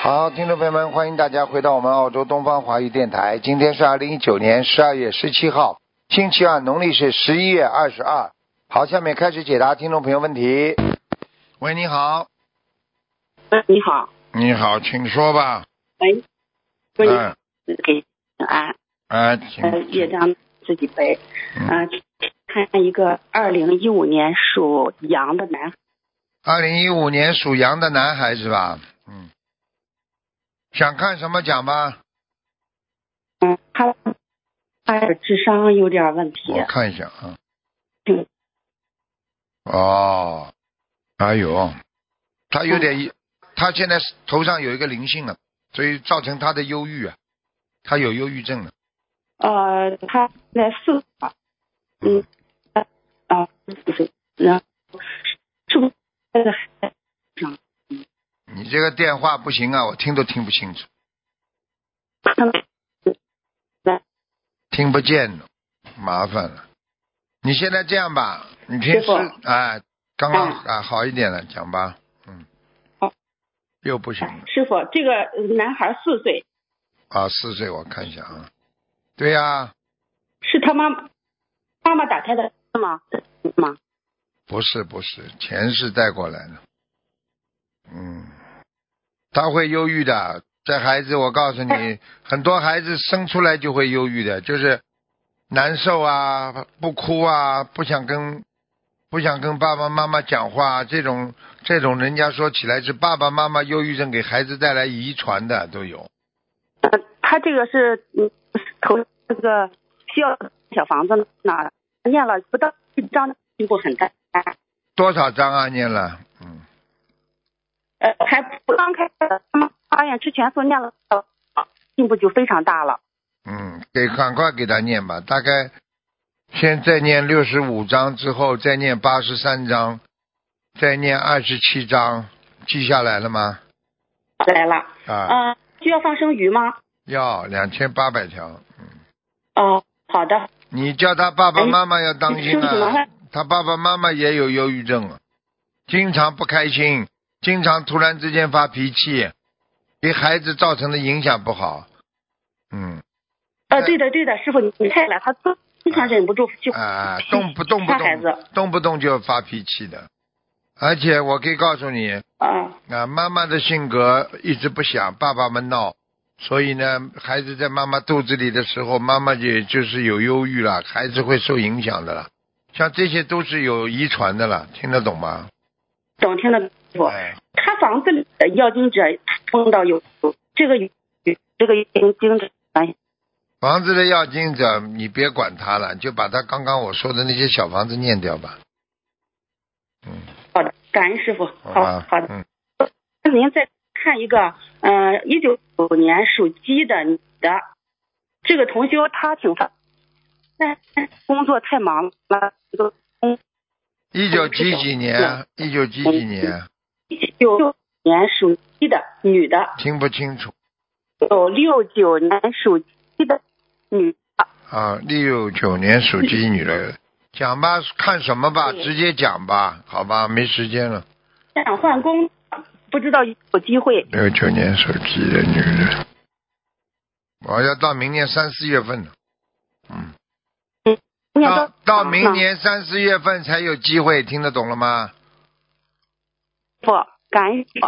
好，听众朋友们，欢迎大家回到我们澳洲东方华语电台。今天是二零一九年十二月十七号，星期二，农历是十一月二十二。好，下面开始解答听众朋友问题。喂，你好，喂，你好，你好，请说吧。喂，喂，嗯，给安，啊，呃，请，业障自己背。嗯呃，看一个二零一五年属羊的男，二零一五年属羊的男孩是吧？嗯，想看什么讲吧？嗯，他他的智商有点问题，我看一下啊。嗯哦，哎呦，他有点，嗯他现在头上有一个灵性了，所以造成他的忧郁啊，他有忧郁症了。呃，他在四个，嗯，啊，就是，然后是呃不是这个孩子上，你这个电话不行啊，我听都听不清楚，他们听不见了，麻烦了。你现在这样吧，你平师时傅哎，刚刚嗯啊好一点了，讲吧，嗯好，又不行了。师傅，呃这个男孩四岁，啊，四岁，我看一下啊。对呀、是他妈妈妈妈打胎的吗？吗？不是不是，前世带过来的。嗯，他会忧郁的。这孩子，我告诉你，很多孩子生出来就会忧郁的，就是难受啊，不哭啊，不想跟不想跟爸爸妈妈讲话，啊这种这种，人家说起来是爸爸妈妈忧郁症给孩子带来遗传的都有。呃，他这个是嗯，投这个需要小房子呢，念了不到一张，进步很大，多少张啊？念了，嗯，呃，还不刚开始他们发现吃全素念了，进步就非常大了。嗯，给赶快给他念吧，大概先再念六十五章，之后再念八十三章，再念二十七章，记下来了吗？来了，啊，呃，需要放生鱼吗？要两千八百条。哦，好的，你叫他爸爸妈妈要当心哎师傅麻啊烦，他爸爸妈妈也有忧郁症啊，经常不开心，经常突然之间发脾气，给孩子造成的影响不好。嗯，呃，对的对的，师傅你太了，他都经常忍不住 去啊，动不动不杀孩动子，动不动就发脾气的，而且我可以告诉你，啊、啊，妈妈的性格一直不想，爸爸们闹，所以呢，孩子在妈妈肚子里的时候，妈妈也就是有忧郁了，孩子会受影响的了。像这些都是有遗传的了，听得懂吗？懂听得懂师傅。哎，他房子里的要经者碰到有这个有这个有经者，哎，房子的要经者，你别管他了，就把他刚刚我说的那些小房子念掉吧，嗯好的，感恩师傅，好好吧？好的。嗯，那您再看一个，呃，一九九年属鸡的女的，这个同修她挺发，但工作太忙了，都一九几几年？嗯一九几几年？九九年属鸡的女的，听不清楚有六九年属鸡的女的，啊！六九年属鸡女 的，讲吧，看什么吧，对直接讲吧，好吧？没时间了。想换工，不知道有没有机会。六九年属鸡的女人，我要到明年三四月份呢。嗯，念到多到少呢明年三四月份才有机会，听得懂了吗？不，感恩师傅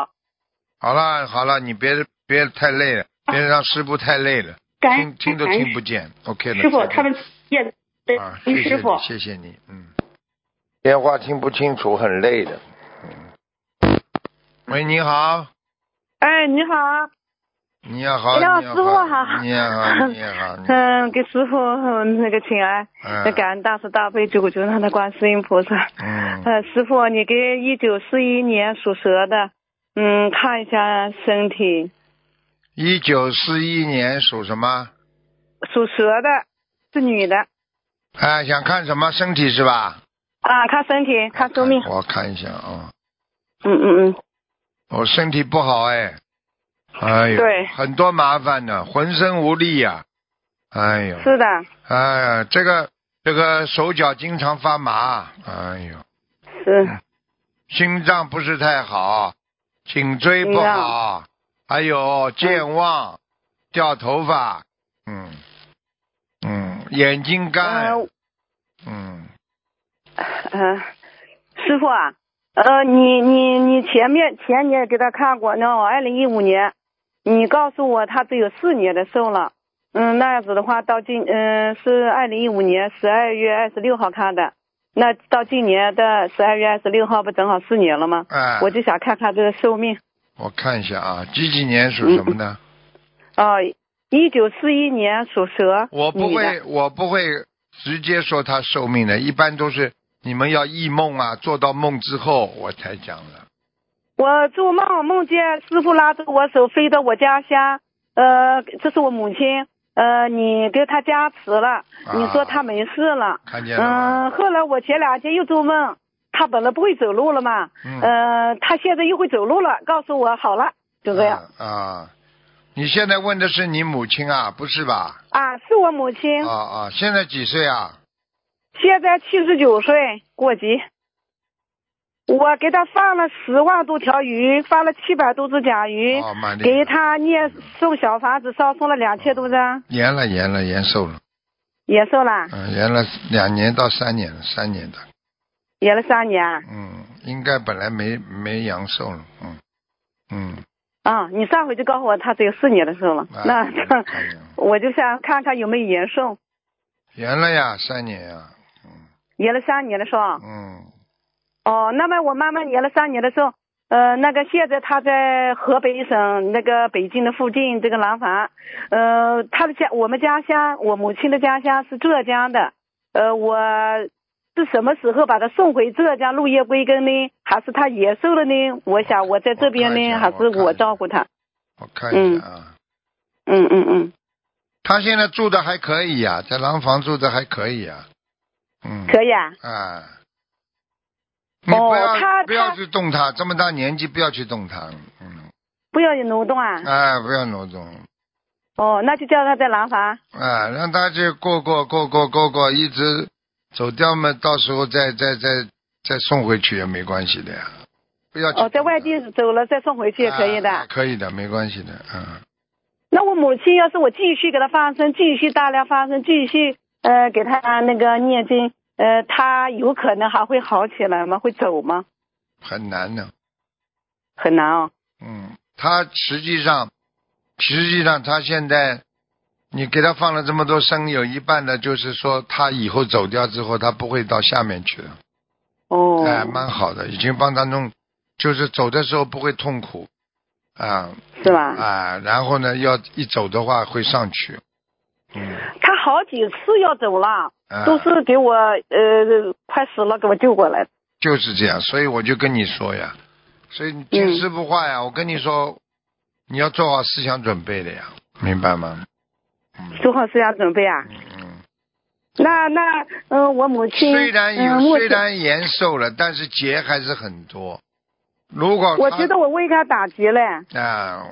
好了好了，你别别太累了，别让师傅太累了，感恩听听都感恩听不见。OK 了，师傅再见他们也对嗯啊，谢谢师你傅，谢谢你，嗯。电话听不清楚，很累的。嗯喂，你好，哎，你好啊，你也好，哎呀你也师傅好你也好，你也好，你也好嗯，给师傅嗯那个请安， 嗯感恩大慈大悲救苦救难的观世音菩萨。嗯。呃，师傅，你给一九四一年属蛇的，嗯，看一下身体，一九四一年属什么？属蛇的是女的哎，想看什么身体是吧？哎啊，看身体，看寿命，我看一下啊、嗯嗯嗯，我身体不好哎，哎呦，对很多麻烦呢、浑身无力呀、哎呦，是的，哎呀，这个这个手脚经常发麻，哎呦，是心脏不是太好，颈椎不好，还嗯有健忘、掉头发，嗯嗯，眼睛干，呃嗯， 嗯，师傅啊，呃，你你你前面前年给他看过，那二零一五年，你告诉我他只有四年的寿了，嗯，那样子的话，到今嗯、是二零一五年十二月二十六号看的，那到今年的十二月二十六号不正好四年了吗？哎，我就想看看这个寿命我看一下啊，几几年属什么呢？啊，一九四一年属蛇，我不女的会，我不会直接说他寿命的，一般都是你们要忆梦啊，做到梦之后我才讲的。我做梦梦见师傅拉着我手飞到我家乡，呃，这是我母亲，呃，你给她加持了，你说她没事了，看见嗯、了吗？后来我前两天又做梦，她本来不会走路了嘛，嗯呃，她现在又会走路了，告诉我好了，就这样、啊啊你现在问的是你母亲啊，不是吧？啊，是我母亲，啊啊，现在几岁啊？现在七十九岁，过级。我给她放了十万多条鱼，发了七百多只甲鱼，哦，蛮厉害给她念送小房子，烧送了两千多张。延了，延了，延寿了，延寿啦，嗯，延了两年到三年了，三年的，延了三年。嗯，应该本来没没阳寿了，嗯嗯，啊，你上回就告诉我他只有四年的寿了，啊那嗯看见了 我就想看看有没有延寿，延了呀，三年呀，延了三年的寿。嗯，哦，那么我妈妈延了三年的寿，呃，那个现在她在河北省那个北京的附近这个廊坊，呃，她的家，我们家乡，我母亲的家乡是浙江的，呃，我是什么时候把她送回浙江落叶归根呢？还是她延寿了呢？我想我在这边哦我看一呢，下还我是看一我下照顾她？我看一下啊，嗯嗯嗯，他现在住的还可以呀、在廊坊住的还可以呀、嗯，可以啊。啊，你不要、他不要他去动他，这么大年纪不要去动他，嗯，不要有挪动啊！哎，不要挪动，哦，那就叫他在廊坊。啊，让他去过过过过过过，一直走掉嘛，到时候再再再再送回去也没关系的呀，不要去哦，在外动地走了再送回去也它可以的。啊可以的，没关系的，嗯，那我母亲要是我继续给她放生，继续大量放生，继续呃给她那个念经，呃，她有可能还会好起来吗？会走吗？很难的，很难哦。嗯，他实际上，实际上他现在，你给他放了这么多生，有一半的就是说他以后走掉之后，他不会到下面去了，哦，哎，蛮好的，已经帮他弄，就是走的时候不会痛苦，啊是吧？啊，然后呢，要一走的话会上去，嗯，她好几次要走了，啊、都是给我呃快死了给我救过来的。就是这样，所以我就跟你说呀，所以你听师傅话呀，啊嗯我跟你说，你要做好思想准备的呀，明白吗？做好思想准备啊。嗯。那那嗯、呃我母亲虽然有，嗯目虽前然延寿了，但是劫还是很多。如果我他觉得我为她打击嘞。啊、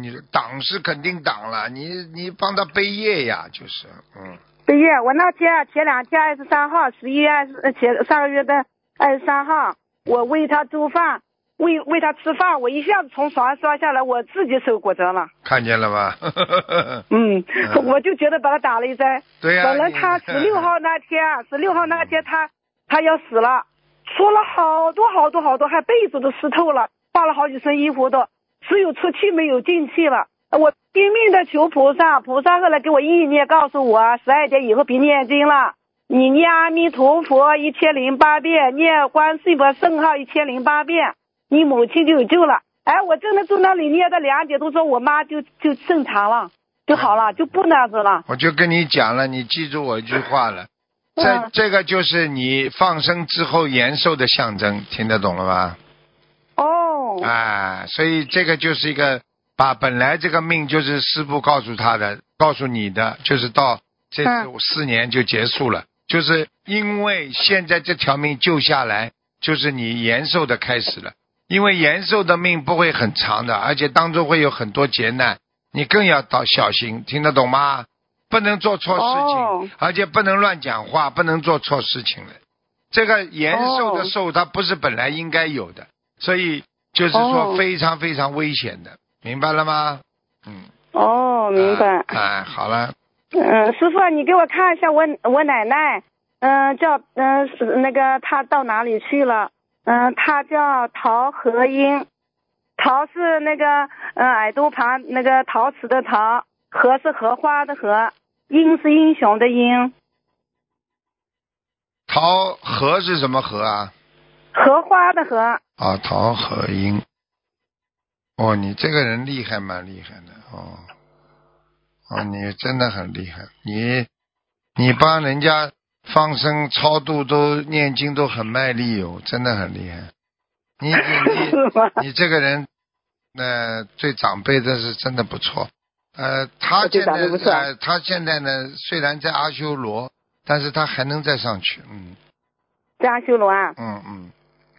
你挡是肯定挡了，你你帮他背业呀，就是嗯对呀，我那天前两天二十三号，十一月二十呃前上个月的二十三号，我喂他做饭，喂喂他吃饭，我一下子从床上摔下来，我自己手骨折了。看见了吧？ 嗯，嗯我就觉得把他打了一针。对呀、本来你 他十六号那天，十六号那天他他要死了，说了好多好多好多，还被子都湿透了，换了好几身衣服都，只有出气没有进气了。我拼命的求菩萨，菩萨后来给我意念告诉我，十二点以后别念经了，你念阿弥陀佛一千零八遍，念观世音菩萨圣号一千零八遍，你母亲就有救了。哎，我真的住那里念到两点多钟，我妈就就正常了，就好了，就不那样子了。我就跟你讲了，你记住我一句话了。这、嗯这个就是你放生之后延寿的象征，听得懂了吗？哦，啊，所以这个就是一个把本来这个命就是师傅告诉他的，告诉你的，就是到这次嗯四年就结束了，就是因为现在这条命救下来，就是你延寿的开始了。因为延寿的命不会很长的，而且当中会有很多劫难，你更要到小心，听得懂吗？不能做错事情，哦而且不能乱讲话，不能做错事情了。这个延寿的哦寿，它不是本来应该有的，所以就是说哦非常非常危险的。明白了吗？嗯，哦，明白哎。、哎好了，嗯，师傅，你给我看一下我我奶奶，嗯、叫嗯、是那个她到哪里去了？嗯、她叫陶和英，陶是那个嗯、呃耳朵旁那个陶瓷的陶，荷是荷花的荷，英是英雄的英，桃核是什么核啊？荷花的荷。啊，桃核英。哦，你这个人厉害，蛮厉害的哦。哦，你真的很厉害，你你帮人家放生、超度都念经都很卖力哦，真的很厉害。你你你 是吗？你这个人，呃，对长辈这是真的不错。呃，他现对在长辈不错啊呃，他现在呢，虽然在阿修罗，但是他还能再上去。嗯加修罗啊。嗯嗯，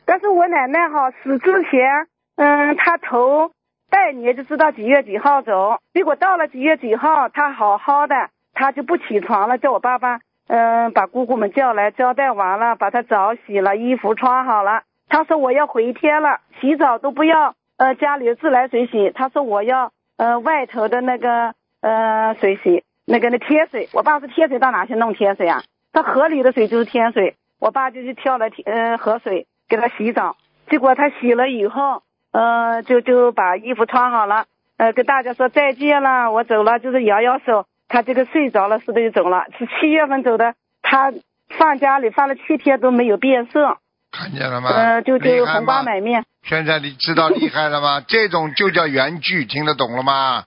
但是我奶奶哈死之前，嗯，她头拜年就知道几月几号走，结果到了几月几号，她好好的，她就不起床了，叫我爸爸，嗯，把姑姑们叫来，交代完了，把她澡洗了，衣服穿好了，她说我要回天了，洗澡都不要，呃，家里的自来水洗，她说我要，呃，外头的那个，呃，水洗，那个那贴水，我爸说贴水到哪去弄贴水啊？他河里的水就是天水，我爸就去挑了天呃河水给他洗澡，结果他洗了以后，呃就就把衣服穿好了，呃跟大家说再见了，我走了，就是摇摇手，他这个睡着了似的就走了，是七月份走的，他放家里放了七天都没有变色，看见了吗？呃就厉就害红花吗？满面，现在你知道厉害了 吗？这种就叫缘聚，听得懂了吗？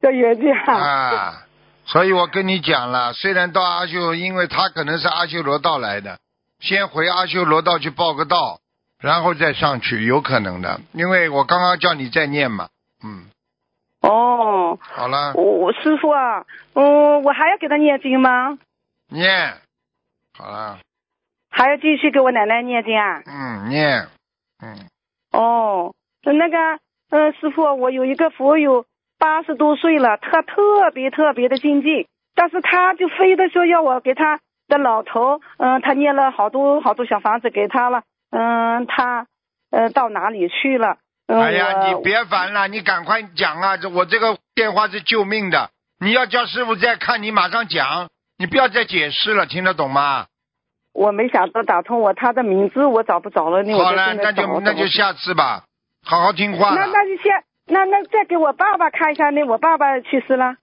叫原句啊，啊，所以我跟你讲了，虽然到阿修，因为他可能是阿修罗道来的，先回阿修罗道去报个道，然后再上去，有可能的，因为我刚刚叫你再念嘛，嗯，哦，好了，我我师傅啊，嗯，我还要给他念经吗？念，好了，还要继续给我奶奶念经啊？嗯，念，嗯，哦，那个，嗯，师傅，我有一个佛友，八十多岁了，他特别特别的精进，但是他就非得说要我给他的老头，嗯、他念了好多好多小房子给他了，嗯、他，呃，到哪里去了？嗯、哎呀，我你别烦了，你赶快讲啊，这我这个电话是救命的，你要叫师傅再看，你马上讲，你不要再解释了，听得懂吗？我没想到打通我，他的名字我找不着了，那我好就了，真那的找就那就找下次吧，好好听话那了。那就先，那那再给我爸爸看一下，那我爸爸去世了。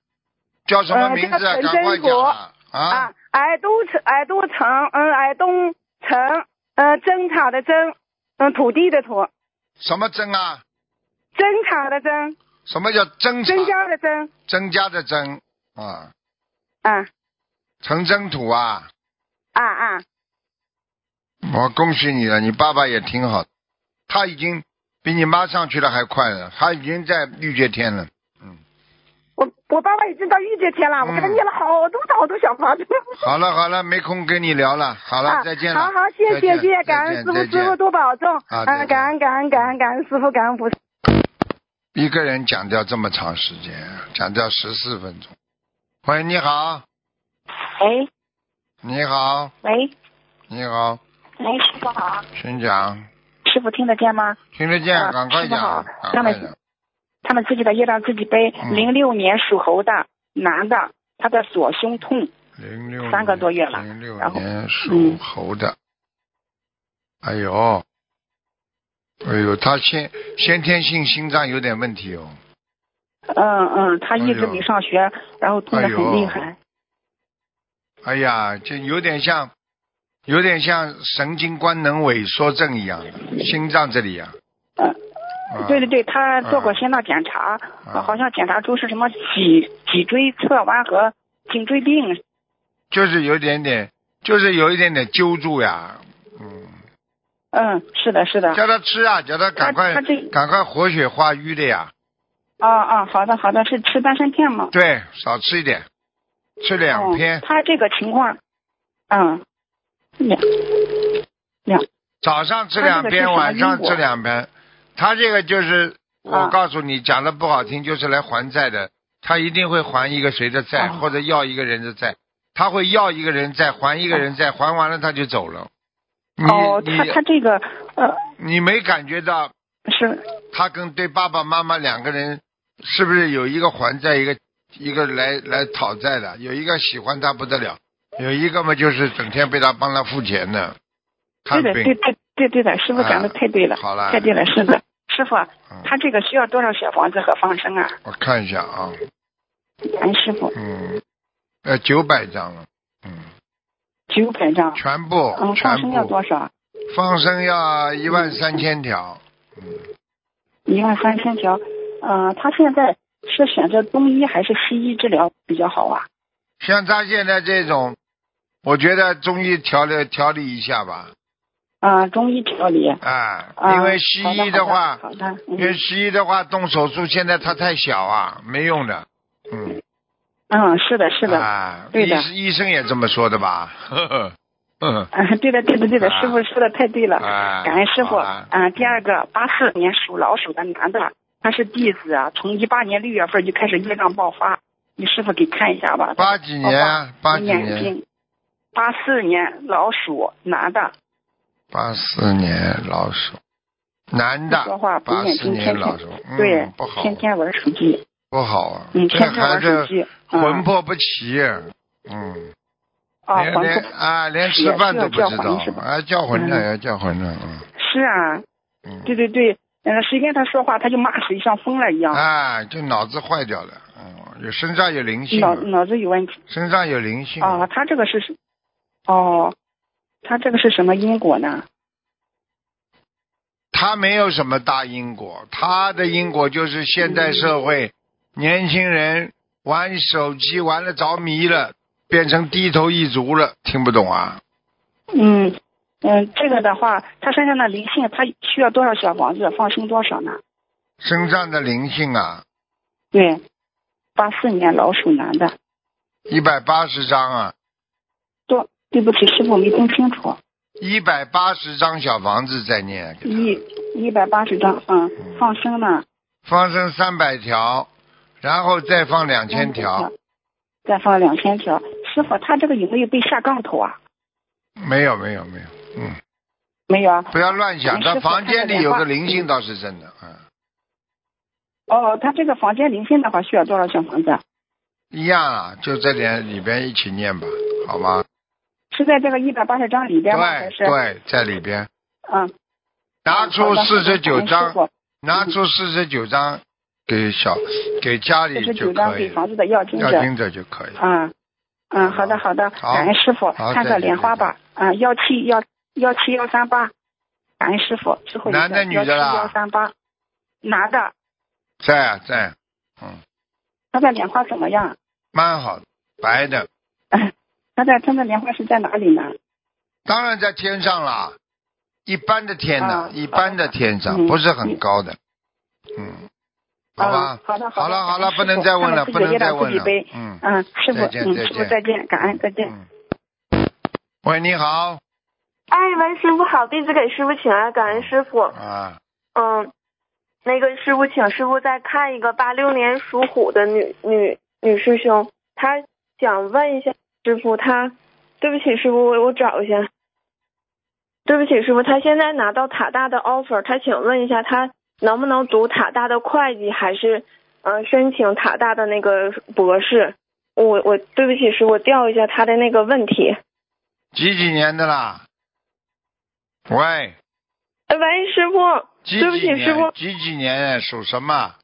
叫什么名字啊？赶快呃叫陈真讲国啊！啊啊，，矮都城，矮都城，嗯，矮东城，嗯，征塔的征，嗯，土地的土，什么增啊？征塔的征，什么叫增产？增加的增，增加的增啊，啊成增土啊！啊啊，我恭喜你了，你爸爸也挺好的，他已经比你妈上去的还快了，他已经在御界天了。我我爸爸已经到御界天了，我给他嗯念了好多好多小房子。好了好了，没空跟你聊了，好了，啊再见了。好好，谢谢再见谢谢，感恩师傅，再见再师傅见多保重。啊再嗯，见感恩感恩感恩感恩师傅，感恩菩萨。一个人讲掉这么长时间，啊讲掉十四分钟。喂，你好，哎喂你好，喂你好，喂，师傅好，请讲，师傅听得见吗？听得见，啊赶快师傅讲好，赶快那么讲。他们自己的业障自己背。嗯零六年属猴的男的，他的左胸痛，零六三个多月了零六然后年属猴的。哎呦，哎呦，他先先天性心脏有点问题哦。嗯嗯，他一哎直呦没上学，然后痛得哎呦很厉害。哎呀，这有点像，有点像神经官能萎缩症一样，心脏这里呀、嗯，啊。对对对，他做过心脏检查，呃啊好像检查出是什么脊脊椎侧弯和颈椎病。就是有一点点，就是有一点点揪住呀。嗯，嗯，是的，是的。叫他吃啊，叫他赶快他这赶快活血化瘀的呀。啊啊，好的好的，是吃丹参片吗？对，少吃一点，吃两嗯片，他这个情况，嗯，两两早上吃他这两个是片，什么晚上因果吃两片。他这个就是，我啊告诉你，讲的不好听，就是来还债的。他一定会还一个谁的债，啊或者要一个人的债。他会要一个人债，还一个人债，还完了他就走了。你哦，他他你这个呃你没感觉到是他跟对爸爸妈妈两个人是不是有一个还债，一个一个来来讨债的？有一个喜欢他不得了，有一个嘛就是整天被他帮他付钱呢。对的，对对对对的，师傅讲的太对了，啊好了太对了，师傅， 师傅啊嗯，他这个需要多少小房子和放生啊？我看一下啊，哎，师傅，嗯，呃，九百张了，嗯，九百张，全部嗯，放全生要部多少？放生要一万三千条，一万三千条。呃，他现在是选择中医还是西医治疗比较好啊？像他现在这种，我觉得中医调理调理一下吧，啊、中医调理。啊，啊因为西医的话，好的，好的因为嗯西医的话动手术现在他太小啊，没用的，嗯，嗯，是的，是的，啊，对的医医生也这么说的吧， 呵呵，嗯，啊，对的，对的，对的，啊师傅说的太对了，啊感恩师傅。好啊啊、第二个，八四年属老鼠的男的，他是弟子啊，从一八年六月份就开始业障爆发，你师傅给看一下吧。八几年啊，八他几念年，经，八四年老鼠男的，八四年老鼠，男的不说话，不八念四经，年天老天鼠，对、嗯，不好，天天玩手机，不好啊，嗯，这天天孩玩手子机，魂嗯，魄不齐，嗯。啊，连还连不啊，连是吃呀饭是都要不知叫魂道是吧啊，叫魂呢，嗯要叫魂呢，嗯是啊，对对对，嗯，谁跟他说话，他就骂谁，像疯了一嗯，样，啊，就脑子坏掉了，嗯，有身上有灵性脑啊，脑子有问题。身上有灵性啊，啊，他这个是什，哦，他这个是什么因果呢？他没有什么大因果，他的因果就是现代社会年轻人玩手机玩的着迷了，变成低头一族了，听不懂啊？嗯嗯，这个的话，他身上的灵性，他需要多少小房子放生多少呢？身上的灵性啊，对，八四年老鼠男的，一百八十张啊，多对不起，师傅没听清楚，一百八十张小房子在念，给他一一百八十张，嗯，放生呢放生三百条，然后再放两千300条，，再放两千条。师傅，他这个有没有被下杠头啊？没有没有没有，嗯，没有啊。不要乱想，嗯他师傅房间里有看个看灵性倒是真的，嗯，哦，他这个房间灵性的话，需要多少小房子啊？一样啊，就这点里边一起念吧，好吗？是在这个一百八十张里边吗？还对是对，在里边嗯，拿出四十九张张，，拿出四十九张给小给家四里十就九张可给以，房子的要经要者。听着就可以。啊，嗯，好的好的，好感恩师傅，好看再见个莲花吧，啊，幺七幺幺七幺三八，感恩师傅，最后一男的个女幺七的啦幺三八，男的，在啊在，嗯，他的莲花怎么样？ 蛮好的，白的，他的他的莲花是在哪里呢？当然在天上啦，一般的天呐，啊一般的天上，嗯不是很高的。嗯，好吧啊，，好的好的，了好了，感恩师不能傅再问了，看看不自能己业再障自问己了背。。嗯嗯，师傅，再见嗯，再师傅见再见，感恩再见。嗯。喂，你好。哎，文师傅好，弟子给师傅请安，感恩师傅。啊，嗯，那个师傅，请师傅再看一个八六年属虎的女女女师兄，她想问一下师傅，她对不起师傅，我我找一下。对不起师傅，她现在拿到塔大的 offer，她请问一下，她能不能读塔大的会计，还是呃申请塔大的那个博士？我我对不起师傅，我调一下她的那个问题。几几年的啦？喂，呃喂，师傅。几对不几起师年傅？几几年属什么？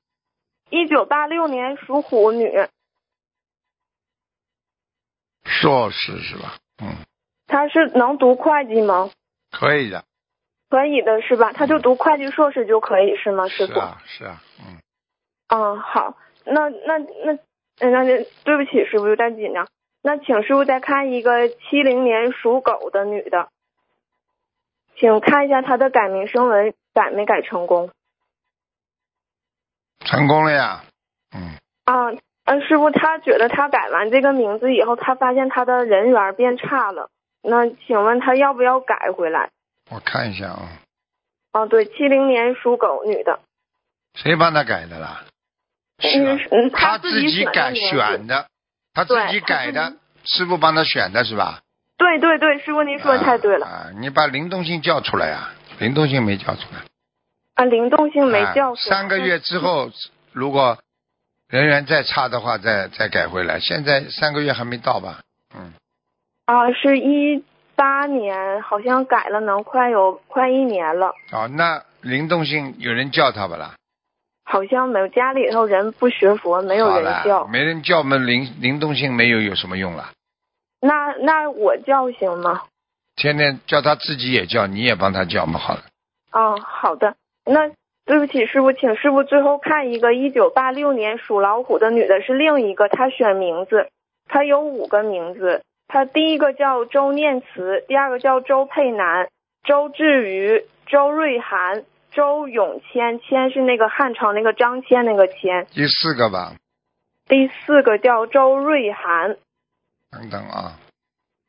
一九八六年属虎女，硕士是吧？嗯，她是能读会计吗？可以的。可以的是吧？她就读会计硕士就可以是吗，师是傅？啊，是啊，嗯，嗯，好，那那那呃那就对不起，师傅有点紧张。那请师傅再看一个七零年属狗的女的，请看一下她的改名声纹改没改成功成功了呀。嗯，啊？嗯，师傅，她觉得她改完这个名字以后，她发现她的人缘变差了。那请问她要不要改回来？我看一下啊，啊，对，七零年属狗女的。谁帮他改的啦？是啊嗯嗯，他自己选的改名字选的，他自对己他改自的己，师傅帮他选的是吧？对对对，师傅您说的太对了啊。啊你把灵动性叫出来啊，灵动性没叫出来，啊，灵动性没叫出来 啊。三个月之后，如果人缘再差的话再再改回来。现在三个月还没到吧？嗯，啊，是一八年，好像改了能快有快一年了，哦，那灵动性有人叫他不啦？好像没有家里头人不学佛，没有好人了叫。没人叫我们灵灵动性没有有什么用了？那那我叫行吗？天天叫他自己也叫，你也帮他叫嘛，好了。啊，好的。那对不起，师傅，请师傅最后看一个一九八六年属老虎的女的，是另一个，她选名字，她有五个名字，她第一个叫周念慈，第二个叫周佩南、周志宇、周瑞涵、周永谦，谦是那个汉朝那个张骞那个谦，第四个吧，第四个叫周瑞涵。等等啊，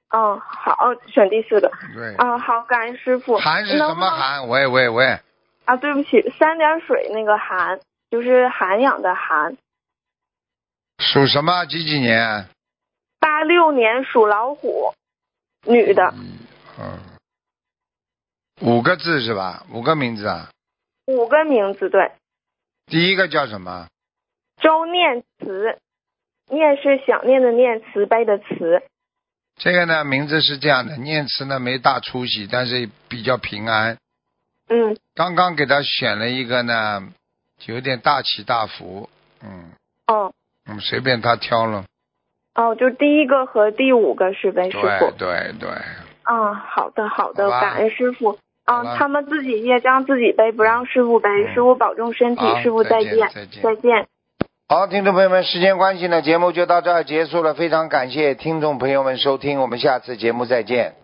嗯，好，选第四个。对，啊，好，感恩师傅。寒嗯是什能不么能寒？喂喂喂，啊，对不起，三点水那个涵，就是涵养的涵。属什么？几几年啊？八六年属老虎，女的，嗯，五个字是吧？五个名字啊？五个名字对。第一个叫什么？周念慈，念是想念的念，慈悲的慈。这个呢，名字是这样的，念慈呢没大出息，但是比较平安。嗯，刚刚给他选了一个呢，有点大起大伏，嗯哦嗯，随便他挑了。哦，就第一个和第五个是呗，师对傅。对对，啊、好的好的，好吧感恩师傅。好了啊，他们自己业障自己背，不让师傅背。嗯师傅保重身体，好师傅再见见，再见再见好，听众朋友们，时间关系呢，节目就到这儿结束了，非常感谢听众朋友们收听，我们下次节目再见。